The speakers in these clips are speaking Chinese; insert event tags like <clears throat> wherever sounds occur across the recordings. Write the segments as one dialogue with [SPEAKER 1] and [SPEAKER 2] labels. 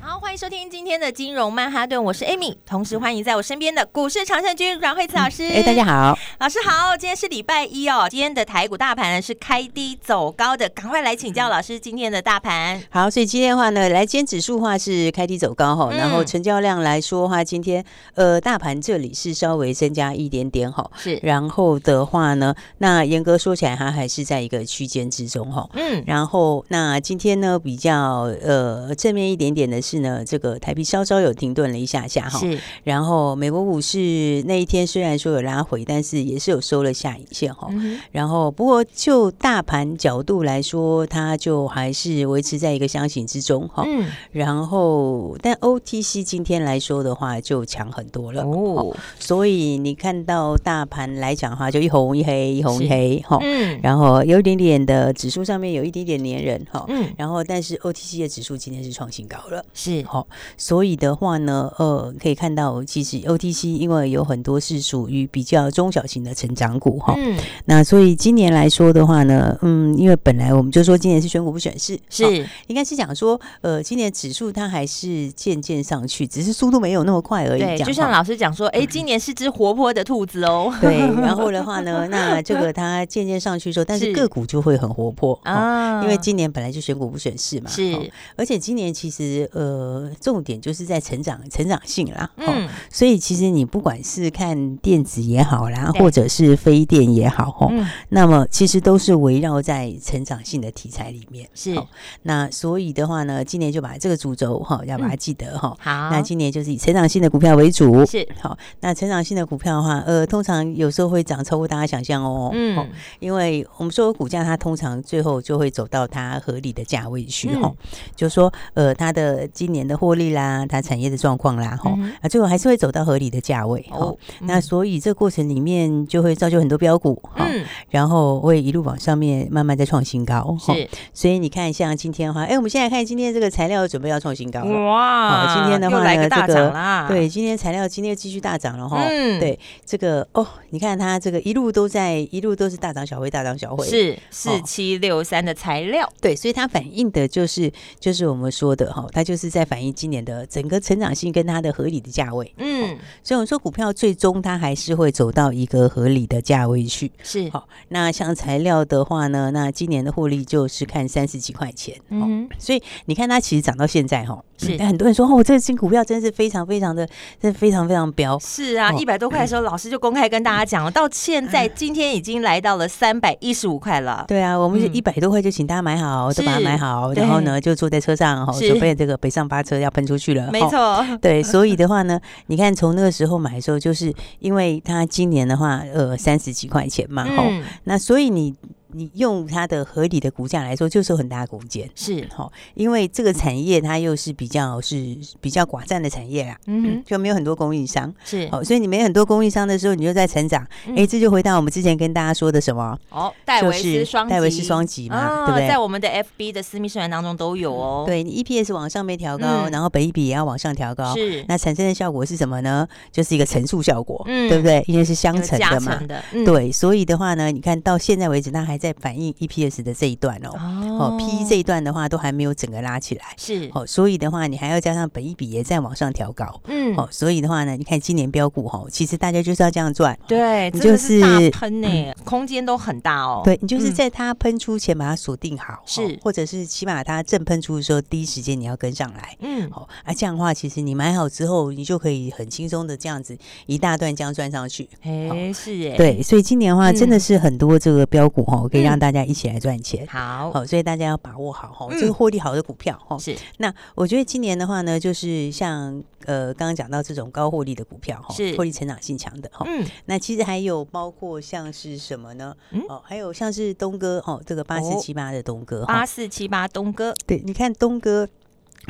[SPEAKER 1] 好，欢迎收听今天的金融曼哈顿，我是 Amy，同时欢迎在我身边的股市常胜军阮惠慈老师。
[SPEAKER 2] 哎、大家好，
[SPEAKER 1] 老师好，今天是礼拜一哦，今天的台股大盘呢是开低走高的，赶快来请教老师今天的大盘。
[SPEAKER 2] 好，所以今天的话呢，来今天指数的话是开低走高哈，
[SPEAKER 1] 嗯
[SPEAKER 2] 然后成交量来说的话，今天呃大盘这里是稍微增加一点点哈，
[SPEAKER 1] 是，
[SPEAKER 2] 然后的话呢，那严格说起来，它还是在一个区间之中哈。
[SPEAKER 1] 嗯，
[SPEAKER 2] 然后，那今天呢比较呃正面一点点的是呢，这个台币稍稍有停顿了一下下哈，
[SPEAKER 1] 是，
[SPEAKER 2] 然后美国股市那一天虽然说有拉回，但是也是有收了下影线哈。
[SPEAKER 1] 嗯哼
[SPEAKER 2] 然后，不过就大盘角度来说，它就还是维持在一个箱型之中哈。
[SPEAKER 1] 嗯，
[SPEAKER 2] 然后，但 OTC 今天来说的话，就强很多了。哦，
[SPEAKER 1] 哦，
[SPEAKER 2] 所以你看到大盘来讲的话，就一红一黑，一红一黑哈。
[SPEAKER 1] 嗯，
[SPEAKER 2] 然后有一点点的指数上面有一点点粘人哈。
[SPEAKER 1] 嗯，
[SPEAKER 2] 然后，但是 OTC 的指数今天是创新高了。
[SPEAKER 1] 是，
[SPEAKER 2] 好、所以的话呢，呃，可以看到，其实 OTC 因为有很多是属于比较中小型的成长股哈、
[SPEAKER 1] 嗯，
[SPEAKER 2] 那所以今年来说的话呢，嗯，因为本来我们就说今年是选股不选市，哦
[SPEAKER 1] 是，
[SPEAKER 2] 应该是讲说，呃，今年指数它还是渐渐上去，只是速度没有那么快而已。
[SPEAKER 1] 对，
[SPEAKER 2] 这样
[SPEAKER 1] 就像
[SPEAKER 2] 哈
[SPEAKER 1] 老师讲说，
[SPEAKER 2] 嗯
[SPEAKER 1] 哎，今年是只活泼的兔子哦，
[SPEAKER 2] 对，然后的话
[SPEAKER 1] <laughs>
[SPEAKER 2] 呢，那这个它渐渐上去之后，但
[SPEAKER 1] 是
[SPEAKER 2] 是个股就会很活泼啊。哦
[SPEAKER 1] 啊
[SPEAKER 2] 因为今年本来就选股不选市嘛，哦
[SPEAKER 1] 是，
[SPEAKER 2] 而且今年其实呃，重点就是在成长、成长性啦，哦
[SPEAKER 1] 嗯，
[SPEAKER 2] 所以其实你不管是看电子也好啦，
[SPEAKER 1] 对
[SPEAKER 2] 或者是非电也好，哦吼、
[SPEAKER 1] 嗯，
[SPEAKER 2] 那么其实都是围绕在成长性的题材里面。
[SPEAKER 1] 是，
[SPEAKER 2] 好那所以的话呢，今年就把这个主轴哈，要把它记得哈。
[SPEAKER 1] 嗯好，
[SPEAKER 2] 那今年就是以成长性的股票为主，
[SPEAKER 1] 是，
[SPEAKER 2] 好。那成长性的股票的话，呃，通常有时候会涨超过大家想象哦，哦
[SPEAKER 1] 嗯，
[SPEAKER 2] 因为我们说股价它通常最后就会走到它合理的价位去
[SPEAKER 1] 嗯
[SPEAKER 2] 哈、就说呃它的今年的获利啦，它产业的状况啦哈、
[SPEAKER 1] 嗯哼
[SPEAKER 2] 啊最后还是会走到合理的价位哈、
[SPEAKER 1] 哦，
[SPEAKER 2] 那
[SPEAKER 1] 嗯
[SPEAKER 2] 所以这过程里面就会造就很多标股哈、
[SPEAKER 1] 嗯，
[SPEAKER 2] 然后会一路往上面慢慢再创新高哈、
[SPEAKER 1] 是，
[SPEAKER 2] 所以你看像今天的话，哎我们现在看今天这个材料准备要创新高了。
[SPEAKER 1] 哇
[SPEAKER 2] 好今天的
[SPEAKER 1] 又
[SPEAKER 2] 话
[SPEAKER 1] 来
[SPEAKER 2] 呢
[SPEAKER 1] 个大
[SPEAKER 2] 这个
[SPEAKER 1] 涨啦，
[SPEAKER 2] 对，今天材料今天又继续大涨了哈、
[SPEAKER 1] 嗯
[SPEAKER 2] 对，这个哦，你看它这个一路都在，一路都是大涨小回，大涨小回。
[SPEAKER 1] 是四七六三的材料，
[SPEAKER 2] 对，所以它反映的就是就是我们说的哈，它就是在反映今年的整个成长性跟它的合理的价位。
[SPEAKER 1] 嗯，
[SPEAKER 2] 所以我们说股票最终它还是会走到一个合理的价位去。
[SPEAKER 1] 是，
[SPEAKER 2] 好，那像材料的话呢，那今年的获利就是看三十几块钱。哦
[SPEAKER 1] 嗯哼，
[SPEAKER 2] 所以你看它其实涨到现在哈，
[SPEAKER 1] 是
[SPEAKER 2] 但很多人说哦，这新股票真是非常非常的，真的非常非常飙。
[SPEAKER 1] 是啊，
[SPEAKER 2] 哦
[SPEAKER 1] 一百多块
[SPEAKER 2] <laughs>
[SPEAKER 1] 的时候，老师就公开跟大家讲了，到现在今天已经来到了三百一十五块了，
[SPEAKER 2] 对啊，我们就
[SPEAKER 1] 嗯
[SPEAKER 2] 一百多块就请大家买好，都把它
[SPEAKER 1] 是
[SPEAKER 2] 买好，然后呢就坐在车上哈，
[SPEAKER 1] 是
[SPEAKER 2] 准备这个北上八车要喷出去了。
[SPEAKER 1] 没
[SPEAKER 2] 哦
[SPEAKER 1] 错，
[SPEAKER 2] 对，所以的话呢，你看从那个时候买的时候，就是因为它今年的话，呃，三十几块钱嘛，吼、
[SPEAKER 1] 嗯，
[SPEAKER 2] 那所以你你用它的合理的股价来说，就是有很大的空间，
[SPEAKER 1] 是，
[SPEAKER 2] 吼、因为这个产业它又是比较是比较寡占的产业啦，
[SPEAKER 1] 嗯哼，
[SPEAKER 2] 就没有很多供应商，
[SPEAKER 1] 是，
[SPEAKER 2] 哦，所以你没有很多供应商的时候，你就在成长，
[SPEAKER 1] 嗯
[SPEAKER 2] 哎、这就回到我们之前跟大家说的什么，
[SPEAKER 1] 哦，戴维斯双
[SPEAKER 2] 戴维
[SPEAKER 1] 击
[SPEAKER 2] 斯双极嘛，
[SPEAKER 1] 啊
[SPEAKER 2] 对不对？
[SPEAKER 1] 在我们的 FB 的私密社团当中都有哦，，
[SPEAKER 2] 对你 EPS 往上面调高，
[SPEAKER 1] 嗯
[SPEAKER 2] 然后本益比也要往上调高，
[SPEAKER 1] 是，
[SPEAKER 2] 哦那产生的效果是什么呢？就是一个乘数效果，
[SPEAKER 1] 嗯
[SPEAKER 2] 对不对？因为是相
[SPEAKER 1] 有
[SPEAKER 2] 乘
[SPEAKER 1] 加
[SPEAKER 2] 的嘛
[SPEAKER 1] 成。的，嗯，
[SPEAKER 2] 对，所以的话呢，你看到现在为止，它还在反映 EPS 的这一段哦。
[SPEAKER 1] 哦
[SPEAKER 2] 哦，P 这一段的话都还没有整个拉起来。
[SPEAKER 1] 是，
[SPEAKER 2] 哦，所以的话，你还要加上本益比也在往上调高。
[SPEAKER 1] 嗯，
[SPEAKER 2] 哦，所以的话呢，你看今年标股哦，其实大家就是要这样赚。
[SPEAKER 1] 对，
[SPEAKER 2] 你
[SPEAKER 1] 真的
[SPEAKER 2] 就是是
[SPEAKER 1] 大喷呢，空间都很大哦，
[SPEAKER 2] 对，你就是
[SPEAKER 1] 嗯
[SPEAKER 2] 在它喷出前把它锁定好，哦
[SPEAKER 1] 是
[SPEAKER 2] 或者是起码它正喷出的时候，第一时间你要跟上来。
[SPEAKER 1] 嗯，
[SPEAKER 2] 哦，啊，这样的话，其实你买好之后，你就可以很轻松的这样子一大段这样赚上去。
[SPEAKER 1] 哎，是哎，，
[SPEAKER 2] 对，所以今年的话，真的
[SPEAKER 1] 嗯
[SPEAKER 2] 是很多这个标股哈、哦，可以
[SPEAKER 1] 嗯
[SPEAKER 2] 让大家一起来赚钱。
[SPEAKER 1] 好，
[SPEAKER 2] 好、所以大家要把握好哈、哦，
[SPEAKER 1] 嗯
[SPEAKER 2] 这个获利好的股票哈、哦。
[SPEAKER 1] 是
[SPEAKER 2] 那我觉得今年的话呢，就是像呃刚刚讲到这种高获利的股票哈、
[SPEAKER 1] 是
[SPEAKER 2] 获利成长性强的哦哈、
[SPEAKER 1] 嗯，
[SPEAKER 2] 那其实还有包括像是什么呢？
[SPEAKER 1] 嗯哦
[SPEAKER 2] 哦，还有像是东哥哦，这个八四七八的东哥哈、
[SPEAKER 1] 八四七八东哥，
[SPEAKER 2] 对，你看东哥。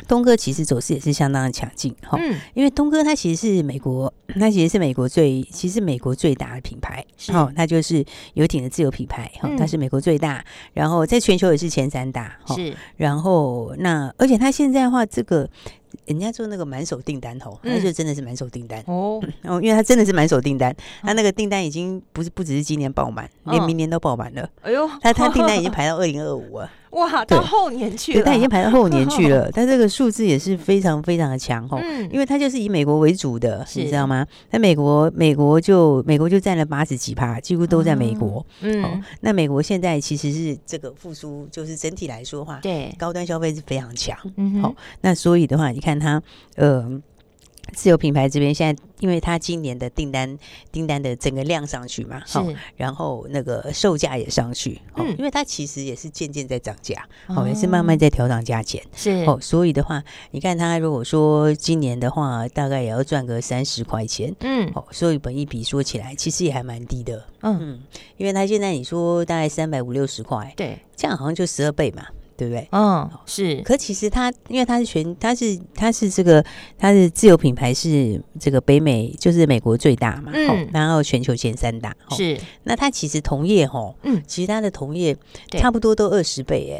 [SPEAKER 2] 东哥其实走势也是相当的强劲哈，
[SPEAKER 1] 嗯，
[SPEAKER 2] 因为东哥它其实是美国，它其实是美国最，其实美国最大的品牌，
[SPEAKER 1] 是
[SPEAKER 2] 哦，它就是游艇的自由品牌，哈、
[SPEAKER 1] 嗯
[SPEAKER 2] 它是美国最大，然后在全球也是前三大，哦，
[SPEAKER 1] 是
[SPEAKER 2] 然后那而且它现在的话，这个人家做那个满手订单吼，
[SPEAKER 1] 嗯
[SPEAKER 2] 那就真的是满手订单，
[SPEAKER 1] 哦，
[SPEAKER 2] 哦，因为它真的是满手订单，它那个订单已经不是不只是今年爆满，连
[SPEAKER 1] 嗯
[SPEAKER 2] 明年都爆满了，
[SPEAKER 1] 哎呦，
[SPEAKER 2] 它它订单已经排到二零二五了。
[SPEAKER 1] <laughs> 哇，
[SPEAKER 2] 对
[SPEAKER 1] 到后年去
[SPEAKER 2] 对，
[SPEAKER 1] 了，
[SPEAKER 2] 但已经排到后年去了，但这个数字也是非常非常的强吼，
[SPEAKER 1] 嗯，
[SPEAKER 2] 因为它就是以美国为主的，你
[SPEAKER 1] 是
[SPEAKER 2] 知道吗？那美国美国就美国就占了八十几趴，几乎都在美国。哦
[SPEAKER 1] 嗯，，
[SPEAKER 2] 那美国现在其实是这个复苏，就是整体来说的话，
[SPEAKER 1] 对，
[SPEAKER 2] 高端消费是非常强。
[SPEAKER 1] 嗯
[SPEAKER 2] 好，那所以的话，你看它，呃。自有品牌这边现在，因为它今年的订单订单的整个量上去嘛，
[SPEAKER 1] 是
[SPEAKER 2] 好，然后那个售价也上去，哦
[SPEAKER 1] 嗯
[SPEAKER 2] 因为它其实也是渐渐在涨价，哦，也是慢慢在调涨价钱。
[SPEAKER 1] 是
[SPEAKER 2] 哦，所以的话，你看它如果说今年的话，大概也要赚个三十块钱。
[SPEAKER 1] 嗯
[SPEAKER 2] 哦，所以本一比说起来，其实也还蛮低的。
[SPEAKER 1] 嗯，
[SPEAKER 2] 嗯，因为它现在你说大概三百五六十块，
[SPEAKER 1] 对，
[SPEAKER 2] 这样好像就十二倍嘛，对不对？
[SPEAKER 1] 嗯是
[SPEAKER 2] 可其实它，因为它是全，它是它是这个，它是自有品牌是这个北美，就是美国最大嘛，
[SPEAKER 1] 嗯
[SPEAKER 2] 哦，然后全球前三大，哦，
[SPEAKER 1] 是，
[SPEAKER 2] 那它其实同业哦，
[SPEAKER 1] 嗯
[SPEAKER 2] 嗯，其实它的同业
[SPEAKER 1] 对
[SPEAKER 2] 差不多都二十倍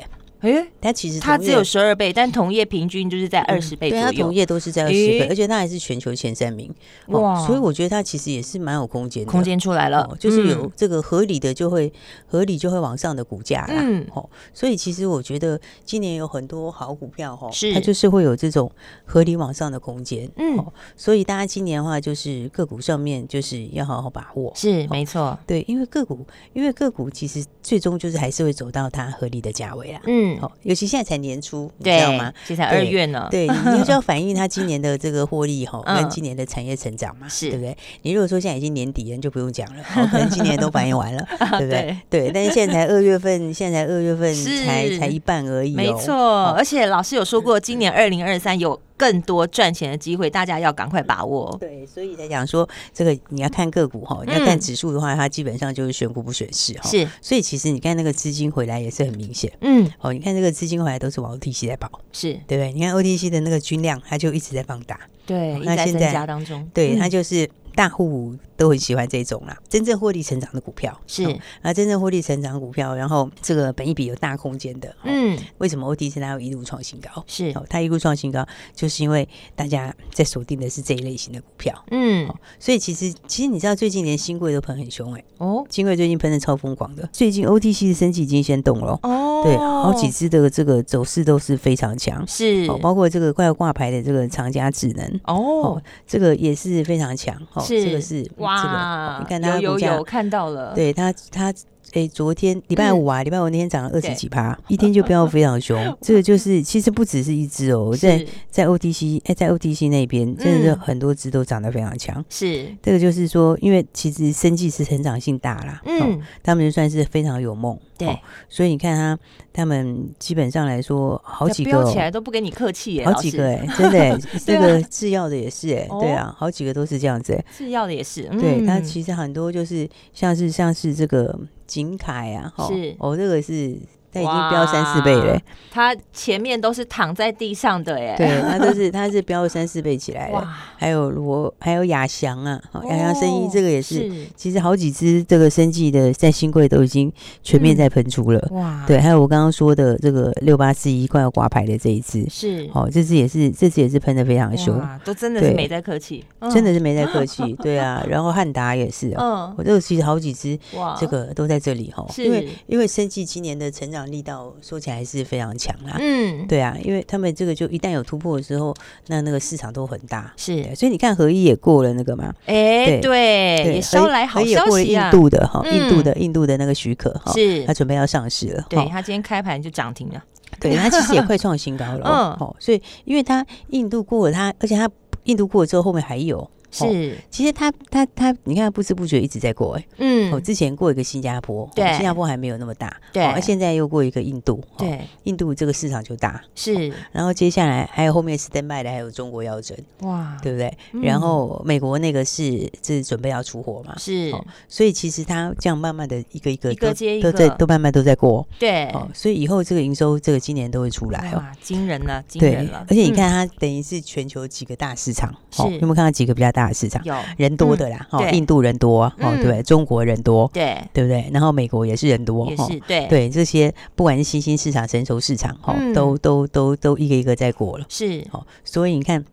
[SPEAKER 2] 哎，
[SPEAKER 1] 诶，
[SPEAKER 2] 它其实
[SPEAKER 1] 它
[SPEAKER 2] 同
[SPEAKER 1] 只
[SPEAKER 2] 业嗯
[SPEAKER 1] 有十二倍，但同业平均就是在二十倍
[SPEAKER 2] 对，
[SPEAKER 1] 左
[SPEAKER 2] 它同
[SPEAKER 1] 右，
[SPEAKER 2] 业都是在二十倍，
[SPEAKER 1] 诶
[SPEAKER 2] 而且它还是全球前三名。
[SPEAKER 1] 哇
[SPEAKER 2] 哇！所以我觉得它其实也是蛮有空间的，
[SPEAKER 1] 空间出来了
[SPEAKER 2] 哦，，就是有
[SPEAKER 1] 嗯
[SPEAKER 2] 这个合理的就会合理就会往上的股价啦。
[SPEAKER 1] 嗯
[SPEAKER 2] 哦，所以其实我觉得今年有很多好股票哦，
[SPEAKER 1] 是
[SPEAKER 2] 它就是会有这种合理往上的空间。
[SPEAKER 1] 嗯
[SPEAKER 2] 哦，所以大家今年的话，就是个股上面就是要好好把握。
[SPEAKER 1] 是没错，
[SPEAKER 2] 对，因为个股，因为个股其实最终就是还是会走到它合理的价位啦。
[SPEAKER 1] 嗯，
[SPEAKER 2] 哦，尤其现在才年初，你知道
[SPEAKER 1] 对
[SPEAKER 2] 吗？，
[SPEAKER 1] 这才二
[SPEAKER 2] 对
[SPEAKER 1] 月呢，
[SPEAKER 2] 对，你就要反映它今年的这个获利哈，
[SPEAKER 1] <laughs> 嗯
[SPEAKER 2] 跟今年的产业成长嘛，
[SPEAKER 1] 是
[SPEAKER 2] 对不对？你如果说现在已经年底了，你就不用讲了，哦可能今年都反映
[SPEAKER 1] <laughs>
[SPEAKER 2] 完了，对不对？对，但是现在才二月份，现在才二月份
[SPEAKER 1] 是
[SPEAKER 2] 才才一半而已哦，
[SPEAKER 1] 没错，而且老师有说过，今年二零二三有更多赚钱的机会，大家要赶快把握。
[SPEAKER 2] 对，所以才讲说这个你要看个股哈，你要看指数的话，它基本上就是选股不选市哈。
[SPEAKER 1] 嗯是，
[SPEAKER 2] 所以其实你看那个资金回来也是很明显
[SPEAKER 1] 嗯，
[SPEAKER 2] 哦，你看这个资金回来都是往 OTC 在跑，
[SPEAKER 1] 是
[SPEAKER 2] 对不对？你看 OTC 的那个均量，它就一直在放大，
[SPEAKER 1] 对，一直
[SPEAKER 2] 那
[SPEAKER 1] 在
[SPEAKER 2] 现
[SPEAKER 1] 增
[SPEAKER 2] 在
[SPEAKER 1] 加当中，
[SPEAKER 2] 对，
[SPEAKER 1] 嗯
[SPEAKER 2] 它就是大户都很喜欢这种啦，真正获利成长的股票
[SPEAKER 1] 是，
[SPEAKER 2] 啊，真正获利成长股票，然后这个本益比有大空间的，嗯，
[SPEAKER 1] 嗯，
[SPEAKER 2] 为什么 OTC 它要一路创新高？
[SPEAKER 1] 是，
[SPEAKER 2] 哦，它一路创新高，就是因为大家在锁定的是这一类型的股票，
[SPEAKER 1] 嗯，
[SPEAKER 2] 所以其实其实你知道最近连新贵都喷很凶哎、
[SPEAKER 1] 哦
[SPEAKER 2] 新贵最近喷的超疯狂的，最近 OTC 的升级已经先动了哦，
[SPEAKER 1] 哦，
[SPEAKER 2] 对，好几只的这个走势都是非常强，
[SPEAKER 1] 是
[SPEAKER 2] 哦，包括这个快要挂牌的这个长家智能，
[SPEAKER 1] 哦
[SPEAKER 2] 哦，，这个也是非常强哦，
[SPEAKER 1] 是
[SPEAKER 2] 这个是这个哦
[SPEAKER 1] 哇，
[SPEAKER 2] 你看
[SPEAKER 1] 有
[SPEAKER 2] 它的股
[SPEAKER 1] 有有
[SPEAKER 2] 价，
[SPEAKER 1] 看到了，，
[SPEAKER 2] 对它它诶，昨天礼拜五啊，礼拜五那天涨了二
[SPEAKER 1] 嗯对
[SPEAKER 2] 十几趴，一天就飙非常
[SPEAKER 1] <laughs>
[SPEAKER 2] 凶，这个就是其实不只是一只哦，在
[SPEAKER 1] 是
[SPEAKER 2] 在 OTC 哎，在 OTC 那边真的是
[SPEAKER 1] 嗯
[SPEAKER 2] 很多只都涨得非常强。
[SPEAKER 1] 是，
[SPEAKER 2] 这个就是说，因为其实生技是成长性大啦，哦，
[SPEAKER 1] 嗯，
[SPEAKER 2] 他们就算是非常有梦，
[SPEAKER 1] 对
[SPEAKER 2] 哦，所以你看他他们基本上来说，好
[SPEAKER 1] 那
[SPEAKER 2] 几个
[SPEAKER 1] 飙
[SPEAKER 2] 哦
[SPEAKER 1] 起来都不跟你客气耶，
[SPEAKER 2] 好
[SPEAKER 1] 老
[SPEAKER 2] 几
[SPEAKER 1] 师
[SPEAKER 2] 个哎、
[SPEAKER 1] <laughs>
[SPEAKER 2] 真的、欸，
[SPEAKER 1] 对
[SPEAKER 2] 这
[SPEAKER 1] 啊
[SPEAKER 2] 个制药的也是哎、
[SPEAKER 1] 哦
[SPEAKER 2] 对啊，好几个都是这样子哎、
[SPEAKER 1] 制药的也是，
[SPEAKER 2] 对，它
[SPEAKER 1] 嗯
[SPEAKER 2] 其实很多就是像是像是这个景凯啊，吼
[SPEAKER 1] 是
[SPEAKER 2] 哦，这个是它已经飙三四倍了欸、
[SPEAKER 1] 它前面都是躺在地上的耶，
[SPEAKER 2] 对，它
[SPEAKER 1] <laughs>
[SPEAKER 2] 都是它是飙三四倍起来了。
[SPEAKER 1] 哇，
[SPEAKER 2] 还有罗，还有雅翔啊，哦雅翔生意
[SPEAKER 1] 哦
[SPEAKER 2] 这个也是，其实好几只这个生技的在新贵都已经全面
[SPEAKER 1] 嗯
[SPEAKER 2] 在喷出了。
[SPEAKER 1] 哇，
[SPEAKER 2] 对，还有我刚刚说的这个六八四一快要挂牌的这一只，
[SPEAKER 1] 是。
[SPEAKER 2] 哦，这只也是这只也是喷的非常凶。
[SPEAKER 1] 哇，都真的是
[SPEAKER 2] 对
[SPEAKER 1] 没在客气，嗯
[SPEAKER 2] 真的是没在客气，
[SPEAKER 1] <laughs>
[SPEAKER 2] 对啊。然后汉达也是哦，
[SPEAKER 1] 嗯，
[SPEAKER 2] 我这个其实好几只，
[SPEAKER 1] 哇，
[SPEAKER 2] 这个都在这里哈，
[SPEAKER 1] 是
[SPEAKER 2] 因为因为生技今年的成长力道说起来是非常强啦。
[SPEAKER 1] 嗯，
[SPEAKER 2] 对啊，因为他们这个就一旦有突破的时候，那那个市场都很大，
[SPEAKER 1] 是，
[SPEAKER 2] 对所以你看合一也过了那个嘛，
[SPEAKER 1] 哎，
[SPEAKER 2] 对
[SPEAKER 1] 对，也捎
[SPEAKER 2] 合一
[SPEAKER 1] 来
[SPEAKER 2] 合
[SPEAKER 1] 好
[SPEAKER 2] 一也
[SPEAKER 1] 消
[SPEAKER 2] 过了
[SPEAKER 1] 息
[SPEAKER 2] 印
[SPEAKER 1] 啊，
[SPEAKER 2] 度的哈，
[SPEAKER 1] 嗯
[SPEAKER 2] 印度的印度的那个许可哈，
[SPEAKER 1] 是
[SPEAKER 2] 它，准备要上市了，
[SPEAKER 1] 对，
[SPEAKER 2] 哈
[SPEAKER 1] 它今天开盘就涨停了，
[SPEAKER 2] 对，它其实也快
[SPEAKER 1] <laughs>
[SPEAKER 2] 创新高了，
[SPEAKER 1] 嗯
[SPEAKER 2] 哦，所以因为它印度过了它，而且它印度过了之后后面还有，哦
[SPEAKER 1] 是，
[SPEAKER 2] 其实它它它，你看它不知不觉一直在过哎、我、
[SPEAKER 1] 嗯，
[SPEAKER 2] 之前过一个新加坡，哦
[SPEAKER 1] 对
[SPEAKER 2] 新加坡还没有那么大，
[SPEAKER 1] 对
[SPEAKER 2] 哦现在又过一个印度，哦，
[SPEAKER 1] 对，
[SPEAKER 2] 印度这个市场就大，
[SPEAKER 1] 是，
[SPEAKER 2] 然后接下来还有后面 stand by 的还有中国药针，
[SPEAKER 1] 哇，
[SPEAKER 2] 对不对？
[SPEAKER 1] 嗯
[SPEAKER 2] 然后美国那个是是准备要出货嘛，
[SPEAKER 1] 是，
[SPEAKER 2] 哦所以其实它这样慢慢的一个一个
[SPEAKER 1] 一个
[SPEAKER 2] 都
[SPEAKER 1] 接一
[SPEAKER 2] 都在
[SPEAKER 1] 个
[SPEAKER 2] 都慢慢都在过，
[SPEAKER 1] 对，
[SPEAKER 2] 哦，所以以后这个营收这个今年都会出来哦。
[SPEAKER 1] 哇，惊人了，惊
[SPEAKER 2] 对
[SPEAKER 1] 人了，，
[SPEAKER 2] 而且你
[SPEAKER 1] 嗯
[SPEAKER 2] 看，它等于是全球几个大市场，哦，
[SPEAKER 1] 是
[SPEAKER 2] 有没有看到几个比较大的市场？
[SPEAKER 1] 有，嗯
[SPEAKER 2] 人多的啦，哦
[SPEAKER 1] 对，
[SPEAKER 2] 印度人多，哦，
[SPEAKER 1] 嗯
[SPEAKER 2] 对不对，中国人多，
[SPEAKER 1] 对，
[SPEAKER 2] 对不对？然后美国也是人多，
[SPEAKER 1] 也
[SPEAKER 2] 哦
[SPEAKER 1] 是，对，
[SPEAKER 2] 对这些，不管是新兴市场、成熟市场，哈、
[SPEAKER 1] 哎嗯
[SPEAKER 2] 都都都都一个一个在过了，
[SPEAKER 1] 是，
[SPEAKER 2] 哦，所以你看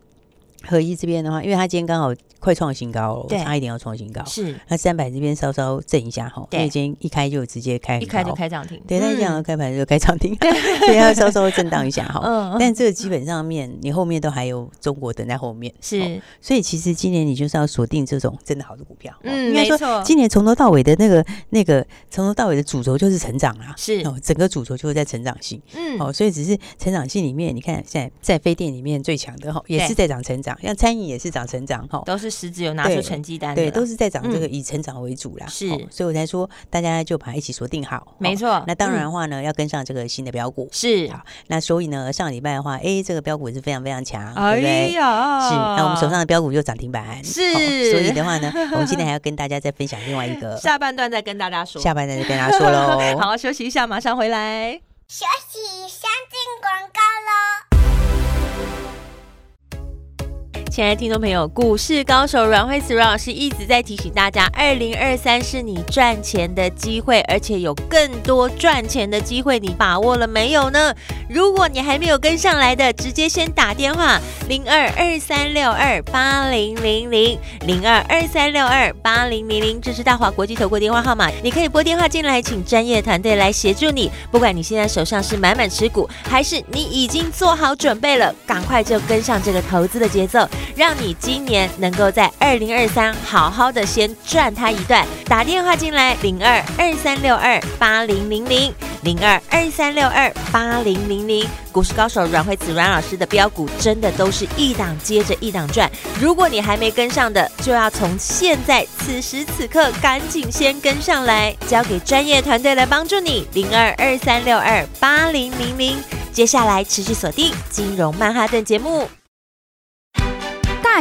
[SPEAKER 2] 合一这边的话，因为它今天刚好快创新高了，
[SPEAKER 1] 对
[SPEAKER 2] 差一点要创新高，
[SPEAKER 1] 是，
[SPEAKER 2] 那三百这边稍稍震一下哈，因
[SPEAKER 1] 对
[SPEAKER 2] 为今天一开就直接开很
[SPEAKER 1] 一开就
[SPEAKER 2] 高，
[SPEAKER 1] 开涨停，
[SPEAKER 2] 对，但是这样
[SPEAKER 1] 嗯，
[SPEAKER 2] 开盘就开涨
[SPEAKER 1] <laughs>
[SPEAKER 2] 停，所以它稍稍震荡一下哈。
[SPEAKER 1] 嗯，
[SPEAKER 2] 但这个基本上面，你后面都还有中国等在后面，哦
[SPEAKER 1] 是，
[SPEAKER 2] 所以其实今年你就是要锁定这种真的好的股票，哦
[SPEAKER 1] 嗯，
[SPEAKER 2] 应该
[SPEAKER 1] 没
[SPEAKER 2] 说
[SPEAKER 1] 错，
[SPEAKER 2] 今年从头到尾的那个那个从头到尾的主轴就是成长啦，
[SPEAKER 1] 是，
[SPEAKER 2] 哦，整个主轴就是在成长性
[SPEAKER 1] 嗯，
[SPEAKER 2] 哦，所以只是成长性里面，你看现在在飞电里面最强的哈、哦，也是在涨成长，像餐饮也是涨成长哈、哦，
[SPEAKER 1] 都是实质有拿出
[SPEAKER 2] 对
[SPEAKER 1] 成绩单的
[SPEAKER 2] 对，
[SPEAKER 1] 了，
[SPEAKER 2] 都是在涨这个
[SPEAKER 1] 嗯
[SPEAKER 2] 以成长为主啦，哦
[SPEAKER 1] 是
[SPEAKER 2] 所以我才说大家就把它一起锁定好，哦
[SPEAKER 1] 没。错，
[SPEAKER 2] 那当然
[SPEAKER 1] 嗯
[SPEAKER 2] 的话呢，要跟上这个新的标股。
[SPEAKER 1] 是，
[SPEAKER 2] 好那所以呢，上礼拜的话，哎，这个标股也是非常非常强，对
[SPEAKER 1] 哎
[SPEAKER 2] 不对？
[SPEAKER 1] 呀，
[SPEAKER 2] 是，那我们手上的标股就涨停板，哦
[SPEAKER 1] 是
[SPEAKER 2] 所以的话呢， <laughs> 我们今天还要跟大家再分享另外一
[SPEAKER 1] <laughs>
[SPEAKER 2] 个
[SPEAKER 1] 下半段再跟大家说，
[SPEAKER 2] 下半段再跟大家说喽。
[SPEAKER 1] <laughs> 好，休息一下，马上回来。
[SPEAKER 3] 起相进广告喽。
[SPEAKER 1] 亲爱的听众朋友，股市高手阮慧慈阮老师一直在提醒大家，二零二三是你赚钱的机会，而且有更多赚钱的机会，你把握了没有呢？如果你还没有跟上来的，直接先打电话零二二三六二八零零零零二二三六二八零零零，这是大华国际投顾电话号码，你可以拨电话进来，请专业团队来协助你。不管你现在手上是满满持股，还是你已经做好准备了，赶快就跟上这个投资的节奏，让你今年能够在二零二三好好的先赚它一段。打电话进来零二二三六二八零零零零二二三六二八零零零。股市高手阮慧子阮老师的标股真的都是一档接着一档赚，如果你还没跟上的，就要从现在此时此刻赶紧先跟上来，交给专业团队来帮助你。零二二三六二八零零零，接下来持续锁定金融曼哈顿节目。
[SPEAKER 4] 大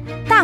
[SPEAKER 4] 大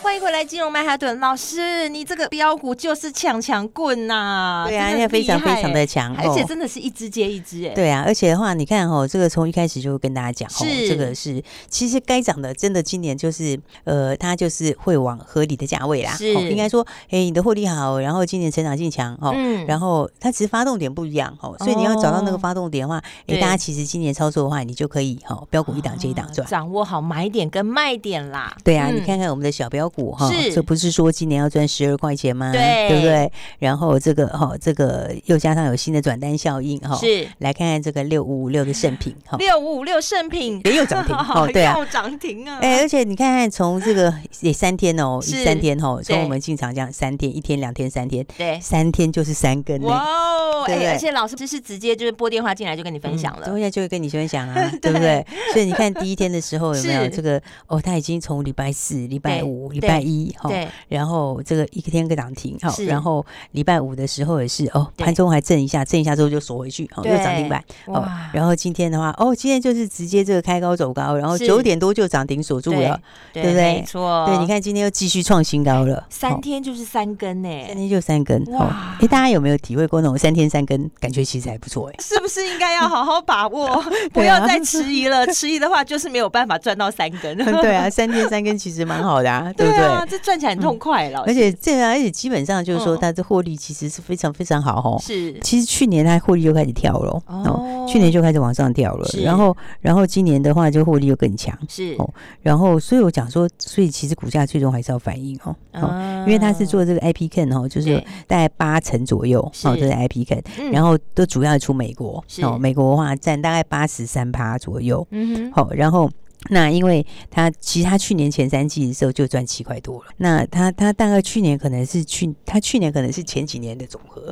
[SPEAKER 1] 欢迎回来，金融曼哈顿老师，你这个标股就是抢强棍呐、
[SPEAKER 2] 对啊，
[SPEAKER 1] 真的
[SPEAKER 2] 那非常
[SPEAKER 1] 厉害
[SPEAKER 2] 非常
[SPEAKER 1] 欸
[SPEAKER 2] 的强，
[SPEAKER 1] 而且
[SPEAKER 2] 哦
[SPEAKER 1] 真的是一只接一只哎、
[SPEAKER 2] 对啊，而且的话，你看哦，这个从一开始就跟大家讲哦，
[SPEAKER 1] 是
[SPEAKER 2] 这个是其实该涨的，真的今年就是呃，它就是会往合理的价位啦。
[SPEAKER 1] 是
[SPEAKER 2] 哦、应该说，哎、你的获利好，然后今年成长性强哦。
[SPEAKER 1] 嗯
[SPEAKER 2] 然后它其实发动点不一样哦，所以你要找到那个
[SPEAKER 1] 哦
[SPEAKER 2] 发动点的话，哎、
[SPEAKER 1] 对
[SPEAKER 2] 大家其实今年操作的话，你就可以哦，标股一档接一档赚。
[SPEAKER 1] 掌握好买点跟卖点啦。
[SPEAKER 2] 对啊，
[SPEAKER 1] 嗯
[SPEAKER 2] 你看看我们的小标股哈
[SPEAKER 1] 是，
[SPEAKER 2] 这不是说今年要赚十二块钱吗？
[SPEAKER 1] 对
[SPEAKER 2] 不对？然后这个哈，这个又加上有新的转单效应哦哈，
[SPEAKER 1] 是
[SPEAKER 2] 来看看这个六五五六的
[SPEAKER 1] <laughs>
[SPEAKER 2] 盛品哈，
[SPEAKER 1] 六五五六圣品，
[SPEAKER 2] 也有涨停哦，
[SPEAKER 1] <laughs>
[SPEAKER 2] 对啊。
[SPEAKER 1] 要涨停啊！
[SPEAKER 2] 哎，而且你看看，从这个也三天哦，
[SPEAKER 1] 是
[SPEAKER 2] 三天哦，从
[SPEAKER 1] 对
[SPEAKER 2] 我们进场讲三天，一天、两天、三天，
[SPEAKER 1] 对，
[SPEAKER 2] 三天就是三根
[SPEAKER 1] 哇
[SPEAKER 2] 呢。
[SPEAKER 1] 哦，
[SPEAKER 2] 对不嗯
[SPEAKER 1] 哎，
[SPEAKER 2] 对
[SPEAKER 1] 而且老师是直接就是拨电话进来就跟你分享了，
[SPEAKER 2] 等一下就会跟你分
[SPEAKER 1] <laughs>
[SPEAKER 2] 享啊，对不对？所以你看第一天的时候有没有
[SPEAKER 1] 是
[SPEAKER 2] 这个哦？它已经从礼拜四、礼拜
[SPEAKER 1] 对
[SPEAKER 2] 五、
[SPEAKER 1] 对
[SPEAKER 2] 礼拜一哈，
[SPEAKER 1] 对，
[SPEAKER 2] 然后这个一天个涨停，好
[SPEAKER 1] 是，
[SPEAKER 2] 然后礼拜五的时候也是哦，
[SPEAKER 1] 对
[SPEAKER 2] 盘中还震一下，震一下之后就锁回去，哦，
[SPEAKER 1] 对
[SPEAKER 2] 又涨停板，哦
[SPEAKER 1] 哇，
[SPEAKER 2] 然后今天的话，哦，今天就是直接这个开高走高，然后
[SPEAKER 1] 是
[SPEAKER 2] 九点多就涨停锁住了，
[SPEAKER 1] 对
[SPEAKER 2] 对不对
[SPEAKER 1] 没错，
[SPEAKER 2] 对，你看今天又继续创新高了，
[SPEAKER 1] 三
[SPEAKER 2] 哦
[SPEAKER 1] 天就是三根呢，
[SPEAKER 2] 三天就三根，哦
[SPEAKER 1] 哇，
[SPEAKER 2] 哎，大家有没有体会过那种三天三根，感觉其实还不
[SPEAKER 1] <laughs>
[SPEAKER 2] 错哎？
[SPEAKER 1] 是不是应该要好好把握，不
[SPEAKER 2] <laughs> 对啊
[SPEAKER 1] 要再迟疑了？迟疑的话就是没有办法赚到三根。
[SPEAKER 2] <laughs>
[SPEAKER 1] <laughs>
[SPEAKER 2] 对啊，三天三根其实蛮好的啊，对不对？嗯
[SPEAKER 1] 啊，这赚起来很痛快，老师
[SPEAKER 2] 而且这啊，而且基本上就是说，
[SPEAKER 1] 嗯
[SPEAKER 2] 它的获利其实是非常非常好哦。
[SPEAKER 1] 是
[SPEAKER 2] 其实去年它获利就开始跳了
[SPEAKER 1] 哦
[SPEAKER 2] 哦，去年就开始往上跳了
[SPEAKER 1] 是，
[SPEAKER 2] 然后然后今年的话就获利又更强， <laughs>
[SPEAKER 1] 是
[SPEAKER 2] 哦然后所以我讲说，所以其实股价最终还是要反应哦，哦
[SPEAKER 1] 啊
[SPEAKER 2] 因为它是做这个 IP Can 哦，就是
[SPEAKER 1] 对
[SPEAKER 2] 大概八成左右
[SPEAKER 1] 是
[SPEAKER 2] 哦，这是 IP Can，
[SPEAKER 1] 嗯
[SPEAKER 2] 然后都主要出美国
[SPEAKER 1] 是
[SPEAKER 2] 哦，美国的话占大概八十三趴左右，
[SPEAKER 1] 嗯哼
[SPEAKER 2] 好、然后那因为他其实他去年前三季的时候就赚七块多了，那他他大概去年可能是去他去年可能是前几年的总和，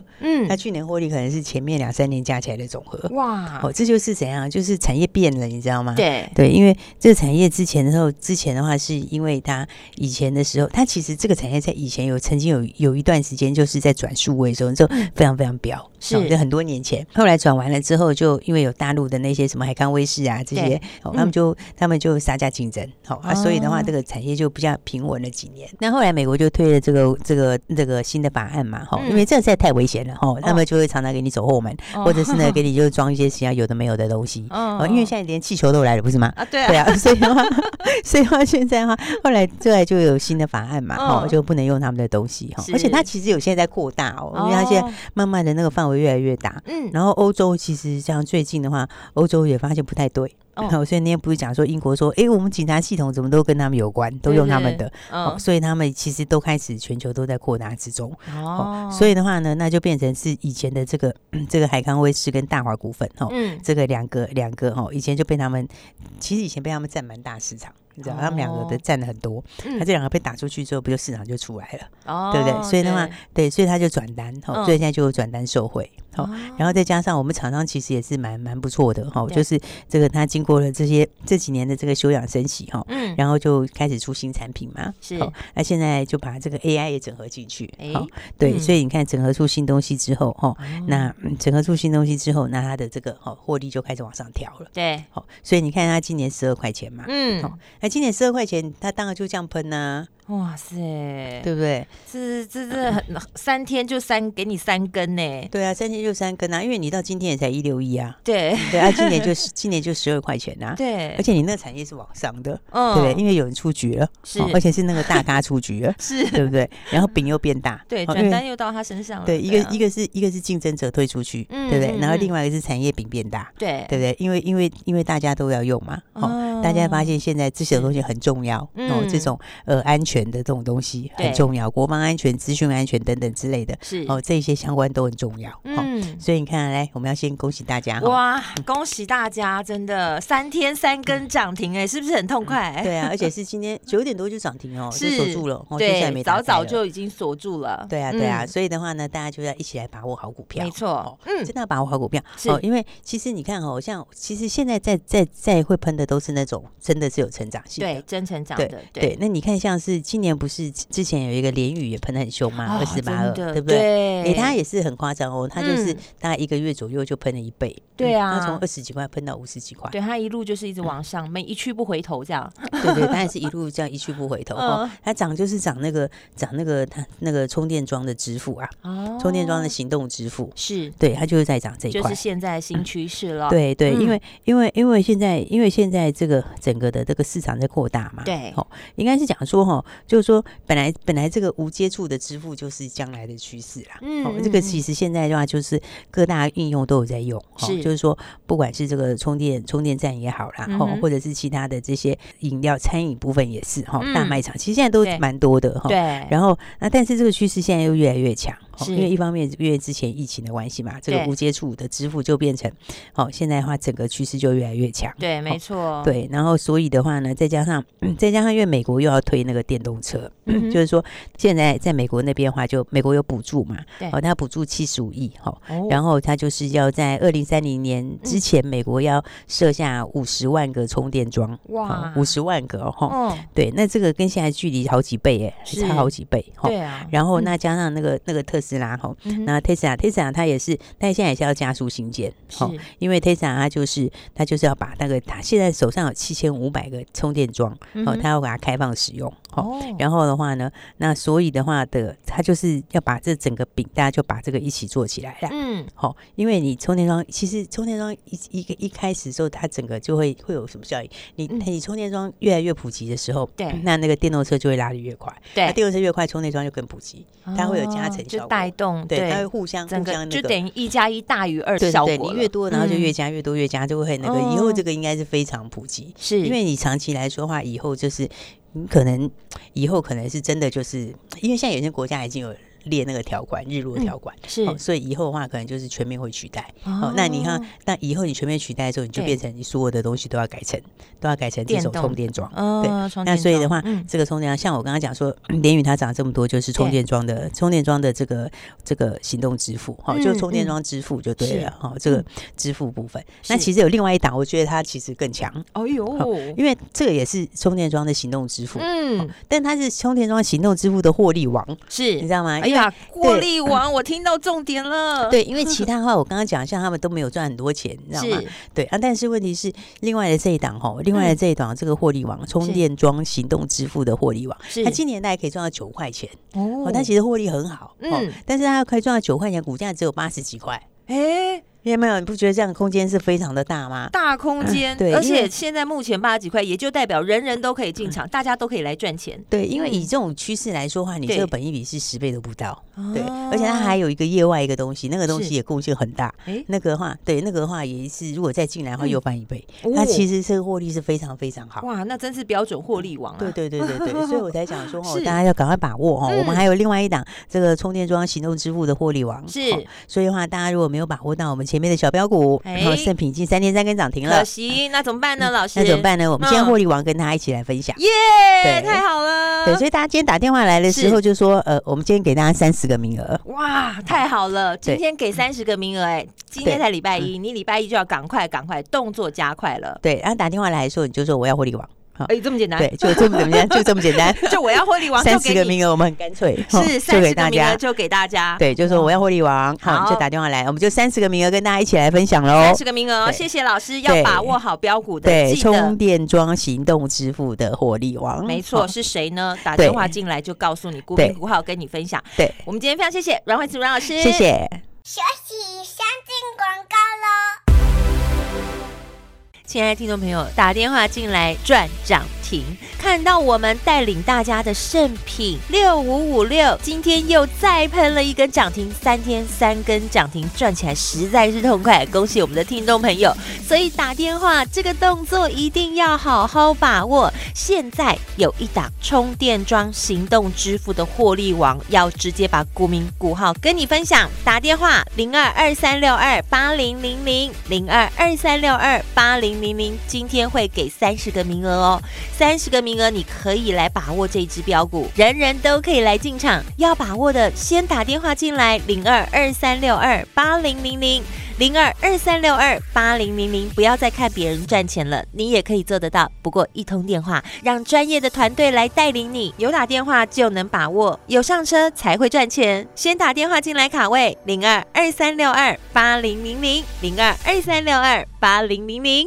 [SPEAKER 2] 他
[SPEAKER 1] 嗯
[SPEAKER 2] 去年获利可能是前面两三年加起来的总和。
[SPEAKER 1] 哇
[SPEAKER 2] 哦，这就是怎样，就是产业变了，你知道吗？。
[SPEAKER 1] 对
[SPEAKER 2] 对，因为这个产业之前的时候，之前的话是因为它以前的时候，它其实这个产业在以前有曾经有有一段时间就是在转数位的时候，就非常非常飙，
[SPEAKER 1] 嗯是
[SPEAKER 2] 哦就很多年前。后来转完了之后，就因为有大陆的那些什么海康威视啊这些
[SPEAKER 1] 对，
[SPEAKER 2] 哦
[SPEAKER 1] 嗯哦
[SPEAKER 2] 他们就、他们就杀价竞争，好、啊，所以的话，这个产业就比较平稳了几年。那后来美国就推了这个这个这个新的法案嘛，哈、
[SPEAKER 1] 嗯
[SPEAKER 2] 因为这实在太危险了，哈、他们就会常常给你走后门，
[SPEAKER 1] 哦
[SPEAKER 2] 或者是呢给你就装一些其他有的没有的东西。
[SPEAKER 1] 哦
[SPEAKER 2] 哦，因为现在连气球都来了，不是吗？
[SPEAKER 1] 啊对
[SPEAKER 2] 对
[SPEAKER 1] 啊
[SPEAKER 2] 啊， <laughs> 所以的话，所以的话，现在的话，后来后来就有新的法案嘛，
[SPEAKER 1] 嗯
[SPEAKER 2] 哦，就不能用他们的东西哈
[SPEAKER 1] 是，
[SPEAKER 2] 而且它其实有现在在扩大哦，因为它现在
[SPEAKER 1] 哦
[SPEAKER 2] 慢慢的那个范围越来越大。
[SPEAKER 1] 嗯
[SPEAKER 2] 然后欧洲其实像最近的话，欧洲也发现不太对
[SPEAKER 1] 哦
[SPEAKER 2] 我 <laughs> 所以那天不是讲说英国说，诶，我们警察系统怎么都跟他们有关，都用他们的，哦，
[SPEAKER 1] 嗯，
[SPEAKER 2] 所以他们其实都开始全球都在扩大之中。
[SPEAKER 1] 哦
[SPEAKER 2] 哦，所以的话呢，那就变成是以前的这个 <clears throat> 这个海康威视跟大华股份哦，
[SPEAKER 1] 嗯，
[SPEAKER 2] 这个两个两个哦，以前就被他们，其实以前被他们占蛮大市场，你知道，他们两个
[SPEAKER 1] 哦
[SPEAKER 2] 的占了很多，
[SPEAKER 1] 嗯
[SPEAKER 2] 那、这两个被打出去之后，不就市场就出来了，
[SPEAKER 1] 哦
[SPEAKER 2] 对不对？所以的话，对，所以他就转单，哦，
[SPEAKER 1] 嗯
[SPEAKER 2] 所以现在就有转单受惠，哦。
[SPEAKER 1] 哦
[SPEAKER 2] 然后再加上我们厂商其实也是蛮蛮不错的哈、哦，
[SPEAKER 1] 对
[SPEAKER 2] 就是这个他经过了这些这几年的这个休养生息哈、哦，
[SPEAKER 1] 嗯，
[SPEAKER 2] 然后就开始出新产品嘛，
[SPEAKER 1] 是
[SPEAKER 2] 哦那、现在就把这个 AI 也整合进去，
[SPEAKER 1] 诶
[SPEAKER 2] 好、对、
[SPEAKER 1] 嗯
[SPEAKER 2] 所以你看整合出新东西之后哈、哦
[SPEAKER 1] 哦
[SPEAKER 2] 那嗯整合出新东西之后，那它的这个哦获利就开始往上调了，
[SPEAKER 1] 对，
[SPEAKER 2] 好、所以你看它今年十二块钱嘛，
[SPEAKER 1] 嗯
[SPEAKER 2] 好，那今年十二块钱，它当然就这样喷呐、
[SPEAKER 1] 哇塞，
[SPEAKER 2] 对不对？
[SPEAKER 1] 这这这很三天就三给你三根呢，
[SPEAKER 2] 对啊，三千就三根啊，因为你到今天也才一六一啊，
[SPEAKER 1] 对 <laughs>
[SPEAKER 2] 对啊，今年就是今年就十二块钱啊，
[SPEAKER 1] 对
[SPEAKER 2] 而，且你那个产业是往上的，
[SPEAKER 1] 嗯
[SPEAKER 2] 对不对？因为有人出局了，
[SPEAKER 1] 是，
[SPEAKER 2] 而且是那个大咖出局了
[SPEAKER 1] <laughs> 是，
[SPEAKER 2] <laughs> 对不对？然后饼又变大，
[SPEAKER 1] 嗯对，
[SPEAKER 2] 哦
[SPEAKER 1] 转。
[SPEAKER 2] 因
[SPEAKER 1] 单
[SPEAKER 2] 为
[SPEAKER 1] 又到他身上了，
[SPEAKER 2] 对，一个
[SPEAKER 1] 啊
[SPEAKER 2] 一个是一个是竞争者退出去，
[SPEAKER 1] 嗯
[SPEAKER 2] 对不
[SPEAKER 1] 嗯
[SPEAKER 2] 对？然后
[SPEAKER 1] 嗯
[SPEAKER 2] 另外一个是产业饼变大，
[SPEAKER 1] 对
[SPEAKER 2] 对不对？因为因为因为大家都要用嘛，哦，大家发现现在这些东西很重要，哦，
[SPEAKER 1] 嗯
[SPEAKER 2] 这种呃安全的这种东西
[SPEAKER 1] 对
[SPEAKER 2] 很重要，国防安全、资讯安全等等之类的，
[SPEAKER 1] 是
[SPEAKER 2] 哦，这些相关都很重要，哦，
[SPEAKER 1] 嗯。
[SPEAKER 2] 所以你看，来，我们要先恭喜大家，哦，
[SPEAKER 1] 哇，恭喜大家！真的三天三根涨停，哎，是不是很痛快？
[SPEAKER 2] 对啊，而且是
[SPEAKER 1] <laughs>
[SPEAKER 2] 今天九点多就涨停哦，就是锁住了，哦，就再也
[SPEAKER 1] 对，
[SPEAKER 2] 没
[SPEAKER 1] 早
[SPEAKER 2] 打开
[SPEAKER 1] 早
[SPEAKER 2] 了
[SPEAKER 1] 就已经锁住了。
[SPEAKER 2] 对啊，对啊，
[SPEAKER 1] 嗯，
[SPEAKER 2] 所以的话呢，大家就要一起来把握好股票，
[SPEAKER 1] 没错
[SPEAKER 2] 哦，
[SPEAKER 1] 嗯
[SPEAKER 2] 真，的要把握好股票
[SPEAKER 1] 是
[SPEAKER 2] 哦，因为其实你看哦，像其实现在在在在会喷的都是那种真的是有成长性的
[SPEAKER 1] 对，，真成长
[SPEAKER 2] 对
[SPEAKER 1] 的，
[SPEAKER 2] 对，那你看像是今年不是之前有一个连雨也喷得很凶嘛，
[SPEAKER 1] 哦
[SPEAKER 2] 二十八
[SPEAKER 1] 真
[SPEAKER 2] 二，
[SPEAKER 1] 的
[SPEAKER 2] 对不对？
[SPEAKER 1] 对，
[SPEAKER 2] 诶，它也是很夸张哦，它就是
[SPEAKER 1] 嗯
[SPEAKER 2] 大概一个月左右就喷了一倍，
[SPEAKER 1] 对
[SPEAKER 2] 嗯
[SPEAKER 1] 啊
[SPEAKER 2] 它从二十几块喷到五十几块，
[SPEAKER 1] 对啊它一路就是一
[SPEAKER 2] 嗯
[SPEAKER 1] 直往上，没一去不回头这样。
[SPEAKER 2] 对对，它也是一路这样一去不回头
[SPEAKER 1] <laughs> 嗯
[SPEAKER 2] 哦。它涨就是涨那个涨那个它那个充电桩的支付啊，
[SPEAKER 1] 哦
[SPEAKER 2] 充电桩的行动支付，
[SPEAKER 1] 是
[SPEAKER 2] 对，它就是在涨这一
[SPEAKER 1] 就是
[SPEAKER 2] 块。
[SPEAKER 1] 现在的新趋势了。
[SPEAKER 2] 对对，
[SPEAKER 1] 嗯
[SPEAKER 2] 因为因为因为现在因为现在这个整个的这个市场在扩大嘛，
[SPEAKER 1] 对
[SPEAKER 2] 哦，应该是讲说哈，就是说本来本来这个无接触的支付就是将来的趋势啦，
[SPEAKER 1] 嗯
[SPEAKER 2] 哦
[SPEAKER 1] 嗯，
[SPEAKER 2] 这个
[SPEAKER 1] 嗯
[SPEAKER 2] 其实现在的话就是各大应用都有在用，哦
[SPEAKER 1] 是
[SPEAKER 2] 就是说不管是这个充电充电站也好啦，
[SPEAKER 1] 嗯
[SPEAKER 2] 哦
[SPEAKER 1] 哼，
[SPEAKER 2] 或者是其他的这些饮料餐饮部分也是哈，
[SPEAKER 1] 嗯
[SPEAKER 2] 大卖场其实现在都
[SPEAKER 1] 对
[SPEAKER 2] 蛮多的哈，
[SPEAKER 1] 对，
[SPEAKER 2] 然后，那但是这个趋势现在又越来越强，哦
[SPEAKER 1] 是
[SPEAKER 2] 因为一方面因为之前疫情的关系嘛，这个
[SPEAKER 1] 对
[SPEAKER 2] 无接触的支付就变成，哦，现在的话整个趋势就越来越强。
[SPEAKER 1] 对，没
[SPEAKER 2] 哦
[SPEAKER 1] 错，
[SPEAKER 2] 对，然后所以的话呢，再加上再加上，因为美国又要推那个电动车，
[SPEAKER 1] 嗯哼，
[SPEAKER 2] 就是说现在在美国那边的话就，美国有补助嘛
[SPEAKER 1] 对，
[SPEAKER 2] 哦，它补助七十五亿，哦，
[SPEAKER 1] 哦嗯
[SPEAKER 2] 然后它就是要在二零三零年之前，美国要设下五十万个充电桩，
[SPEAKER 1] 哇
[SPEAKER 2] 五十万个哦，吼
[SPEAKER 1] 嗯，
[SPEAKER 2] 对，那这个跟现在距离好几倍耶，
[SPEAKER 1] 是
[SPEAKER 2] 差好几倍，吼
[SPEAKER 1] 对啊，
[SPEAKER 2] 然后那加上那个那个特斯拉哈，吼
[SPEAKER 1] 嗯哼
[SPEAKER 2] 那 Tesla，Tesla 它也是，但现在也是要加速新建，吼
[SPEAKER 1] 是
[SPEAKER 2] 因为 Tesla 它就是它就是要把那个它现在手上有七千五百个充电桩，
[SPEAKER 1] 嗯
[SPEAKER 2] 哦，
[SPEAKER 1] 哼
[SPEAKER 2] 它要把它开放使用，哦。
[SPEAKER 1] 哦，
[SPEAKER 2] 然后的话呢，那所以的话的，它就是要把这整个饼，大家就把这个一起做起来啦。
[SPEAKER 1] 嗯，
[SPEAKER 2] 好、因为你充电桩其实充电桩一一个一开始的时候，它整个就会会有什么效应？你、
[SPEAKER 1] 嗯
[SPEAKER 2] 你充电桩越来越普及的时候，
[SPEAKER 1] 对
[SPEAKER 2] 那那个电动车就会拉得越快，那
[SPEAKER 1] 对，
[SPEAKER 2] 电动车越快，充电桩就更普及，它会有加成
[SPEAKER 1] 哦就
[SPEAKER 2] 效果
[SPEAKER 1] 带动，
[SPEAKER 2] 对，它会互相
[SPEAKER 1] 整
[SPEAKER 2] 互
[SPEAKER 1] 个
[SPEAKER 2] 相
[SPEAKER 1] 就
[SPEAKER 2] 那个。
[SPEAKER 1] 等于一加一大于二
[SPEAKER 2] 对
[SPEAKER 1] 效
[SPEAKER 2] 对，
[SPEAKER 1] 果
[SPEAKER 2] 你
[SPEAKER 1] 了，
[SPEAKER 2] 越多，然后就
[SPEAKER 1] 嗯哦
[SPEAKER 2] 越加越多，越加就会很那个。以后这个应该是非常普及，
[SPEAKER 1] 是
[SPEAKER 2] 因为你长期来说的话，以后就是你可能以后可能是真的就是，因为现在有些国家已经有列那个条款，日落条款，
[SPEAKER 1] 嗯是
[SPEAKER 2] 哦，所以以后的话可能就是全面会取代。
[SPEAKER 1] 哦
[SPEAKER 2] 哦，那你看，那以后你全面取代的时候，你就
[SPEAKER 1] 对
[SPEAKER 2] 变成你所有的东西都要改成，都要改成这
[SPEAKER 1] 电
[SPEAKER 2] 种
[SPEAKER 1] 动
[SPEAKER 2] 充电桩。对
[SPEAKER 1] 哦，充
[SPEAKER 2] 那
[SPEAKER 1] 电
[SPEAKER 2] 所以的
[SPEAKER 1] 桩
[SPEAKER 2] 话，
[SPEAKER 1] 嗯
[SPEAKER 2] 这个充电啊桩，像我刚刚讲说，联宇它涨这么多，就是充
[SPEAKER 1] 对
[SPEAKER 2] 电桩的充电桩的这个这个行动支付，哈、哦，就
[SPEAKER 1] 嗯
[SPEAKER 2] 充电桩支付就对
[SPEAKER 1] 是嗯
[SPEAKER 2] 了，哈、哦，这个支付部分。那其实有另外一档，我觉得它其实更强，
[SPEAKER 1] 哎
[SPEAKER 2] 好
[SPEAKER 1] 呦，
[SPEAKER 2] 因为这个也是充电桩的行动支付，
[SPEAKER 1] 嗯，
[SPEAKER 2] 但它是充电桩行动支付的获利王，你知
[SPEAKER 1] 是，
[SPEAKER 2] 道吗？
[SPEAKER 1] 哎
[SPEAKER 2] 因为
[SPEAKER 1] 呀，获
[SPEAKER 2] 对嗯
[SPEAKER 1] 利王，我听到重点了，
[SPEAKER 2] 对，因
[SPEAKER 1] <laughs>
[SPEAKER 2] 为其他的话，我刚刚讲，像他们都没有赚很多钱，你知道吗？
[SPEAKER 1] 是，嗯
[SPEAKER 2] 对啊，但是问题是，另外的这一档吼，另外的这一档这个获利王，充
[SPEAKER 1] 是
[SPEAKER 2] 电桩行动支付的获利王，
[SPEAKER 1] 是
[SPEAKER 2] 它今年大概可以赚到九块钱哦
[SPEAKER 1] 哦，
[SPEAKER 2] 它其实获利很好，
[SPEAKER 1] 嗯
[SPEAKER 2] 嗯，但是它可以赚到九块钱，股价只有八十几块，
[SPEAKER 1] 哎，
[SPEAKER 2] 因为没有，你不觉得这样的空间是非常的大吗？
[SPEAKER 1] 大空间，
[SPEAKER 2] 嗯对
[SPEAKER 1] 而
[SPEAKER 2] 因
[SPEAKER 1] 且
[SPEAKER 2] 为嗯
[SPEAKER 1] 现在目前八十几块，也就代表人人都可以进场，大家都可以来赚钱。
[SPEAKER 2] 对，因为以这种趋势来说的话，你这
[SPEAKER 1] 对
[SPEAKER 2] 个本益比是十倍都不到。对，
[SPEAKER 1] 哦
[SPEAKER 2] 而且它还有一个业外一个东西，那个东
[SPEAKER 1] 是
[SPEAKER 2] 西也贡献很大
[SPEAKER 1] 诶。
[SPEAKER 2] 那个的话，对那个的话也是，如果再进来的话
[SPEAKER 1] 嗯
[SPEAKER 2] 又翻一倍，
[SPEAKER 1] 哦
[SPEAKER 2] 它其实这个获利是非常非常好。
[SPEAKER 1] 哇，那真是标准获利王啊！
[SPEAKER 2] 对对对 <laughs> 对对，所以我才讲说哦
[SPEAKER 1] 是，
[SPEAKER 2] 大家要赶快把握哦。我
[SPEAKER 1] 嗯
[SPEAKER 2] 们还有另外一档这个充电桩行动支付的获利王，
[SPEAKER 1] 是
[SPEAKER 2] 哦所以的话，大家如果没有把握到我们前面的小标股，然后
[SPEAKER 1] 哎
[SPEAKER 2] 盛品已经三天三根涨停
[SPEAKER 1] 可
[SPEAKER 2] 了，
[SPEAKER 1] 惜，那怎么办呢，老师？
[SPEAKER 2] 那怎么？办呢？我
[SPEAKER 1] 嗯
[SPEAKER 2] 们现在获利王跟大家一起来分享。
[SPEAKER 1] 耶、
[SPEAKER 2] 对
[SPEAKER 1] 太好了！
[SPEAKER 2] 对，所以大家今天打电话来的时候就说，呃，我们今天给大家三十个名额，
[SPEAKER 1] 哇，太好了！今
[SPEAKER 2] 对
[SPEAKER 1] 天给三十个名额，哎，今天
[SPEAKER 2] 对嗯
[SPEAKER 1] 才礼拜一，你礼拜一就要赶快赶快动作加快了。
[SPEAKER 2] 对，然后打电话来的时候你就说我要获利王，好，
[SPEAKER 1] 哎，这么简单？
[SPEAKER 2] 对，就这么
[SPEAKER 1] <laughs>
[SPEAKER 2] 怎么样，就这么简单，
[SPEAKER 1] 就我要
[SPEAKER 2] <laughs>
[SPEAKER 1] 获利王，就
[SPEAKER 2] 三十
[SPEAKER 1] 给
[SPEAKER 2] 个
[SPEAKER 1] 你，
[SPEAKER 2] 名额我们很干脆，哦
[SPEAKER 1] 是
[SPEAKER 2] 就
[SPEAKER 1] 三十
[SPEAKER 2] 给
[SPEAKER 1] 个
[SPEAKER 2] 大
[SPEAKER 1] 名额
[SPEAKER 2] 家，
[SPEAKER 1] 就给大家，，
[SPEAKER 2] 对，就说我要获利王，好，你
[SPEAKER 1] 好
[SPEAKER 2] 就打电话来，我们就三十个名额跟大家一起来分享喽
[SPEAKER 1] 三。十个名额，
[SPEAKER 2] 哦对
[SPEAKER 1] 谢谢老师，要
[SPEAKER 2] 对
[SPEAKER 1] 把握好标股的，
[SPEAKER 2] 对，
[SPEAKER 1] 记得
[SPEAKER 2] 充。电桩行动支付的获利王，
[SPEAKER 1] 没错，
[SPEAKER 2] 好，
[SPEAKER 1] 是谁呢？打
[SPEAKER 2] 对
[SPEAKER 1] 电话进来就告诉你，股
[SPEAKER 2] 对
[SPEAKER 1] 评股号跟你分享。
[SPEAKER 2] 对，
[SPEAKER 1] 我们今天非常谢谢阮慧慈阮老师，
[SPEAKER 2] 谢谢。
[SPEAKER 3] 学习相进广告喽。
[SPEAKER 1] 亲爱的听众朋友，打电话进来赚涨停，看到我们带领大家的圣品六五五六，今天又再喷了一根涨停，三天三根涨停，赚起来实在是痛快，恭喜我们的听众朋友！所以打电话这个动作一定要好好把握。现在有一档充电桩行动支付的获利王，要直接把股民股号跟你分享，打电话零二二三六二八零零零零二二三六二八零零零，今天会给三十个名额哦，三十个名额你可以来把握这只标股，人人都可以来进场，要把握的先打电话进来零二二三六二八零零零。零二二三六二八零零零，不要再看别人赚钱了，你也可以做得到。不过一通电话，让专业的团队来带领你，有打电话就能把握，有上车才会赚钱。先打电话进来卡位，零二二三六二八零零零，零二二三六二八零零零。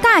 [SPEAKER 4] 大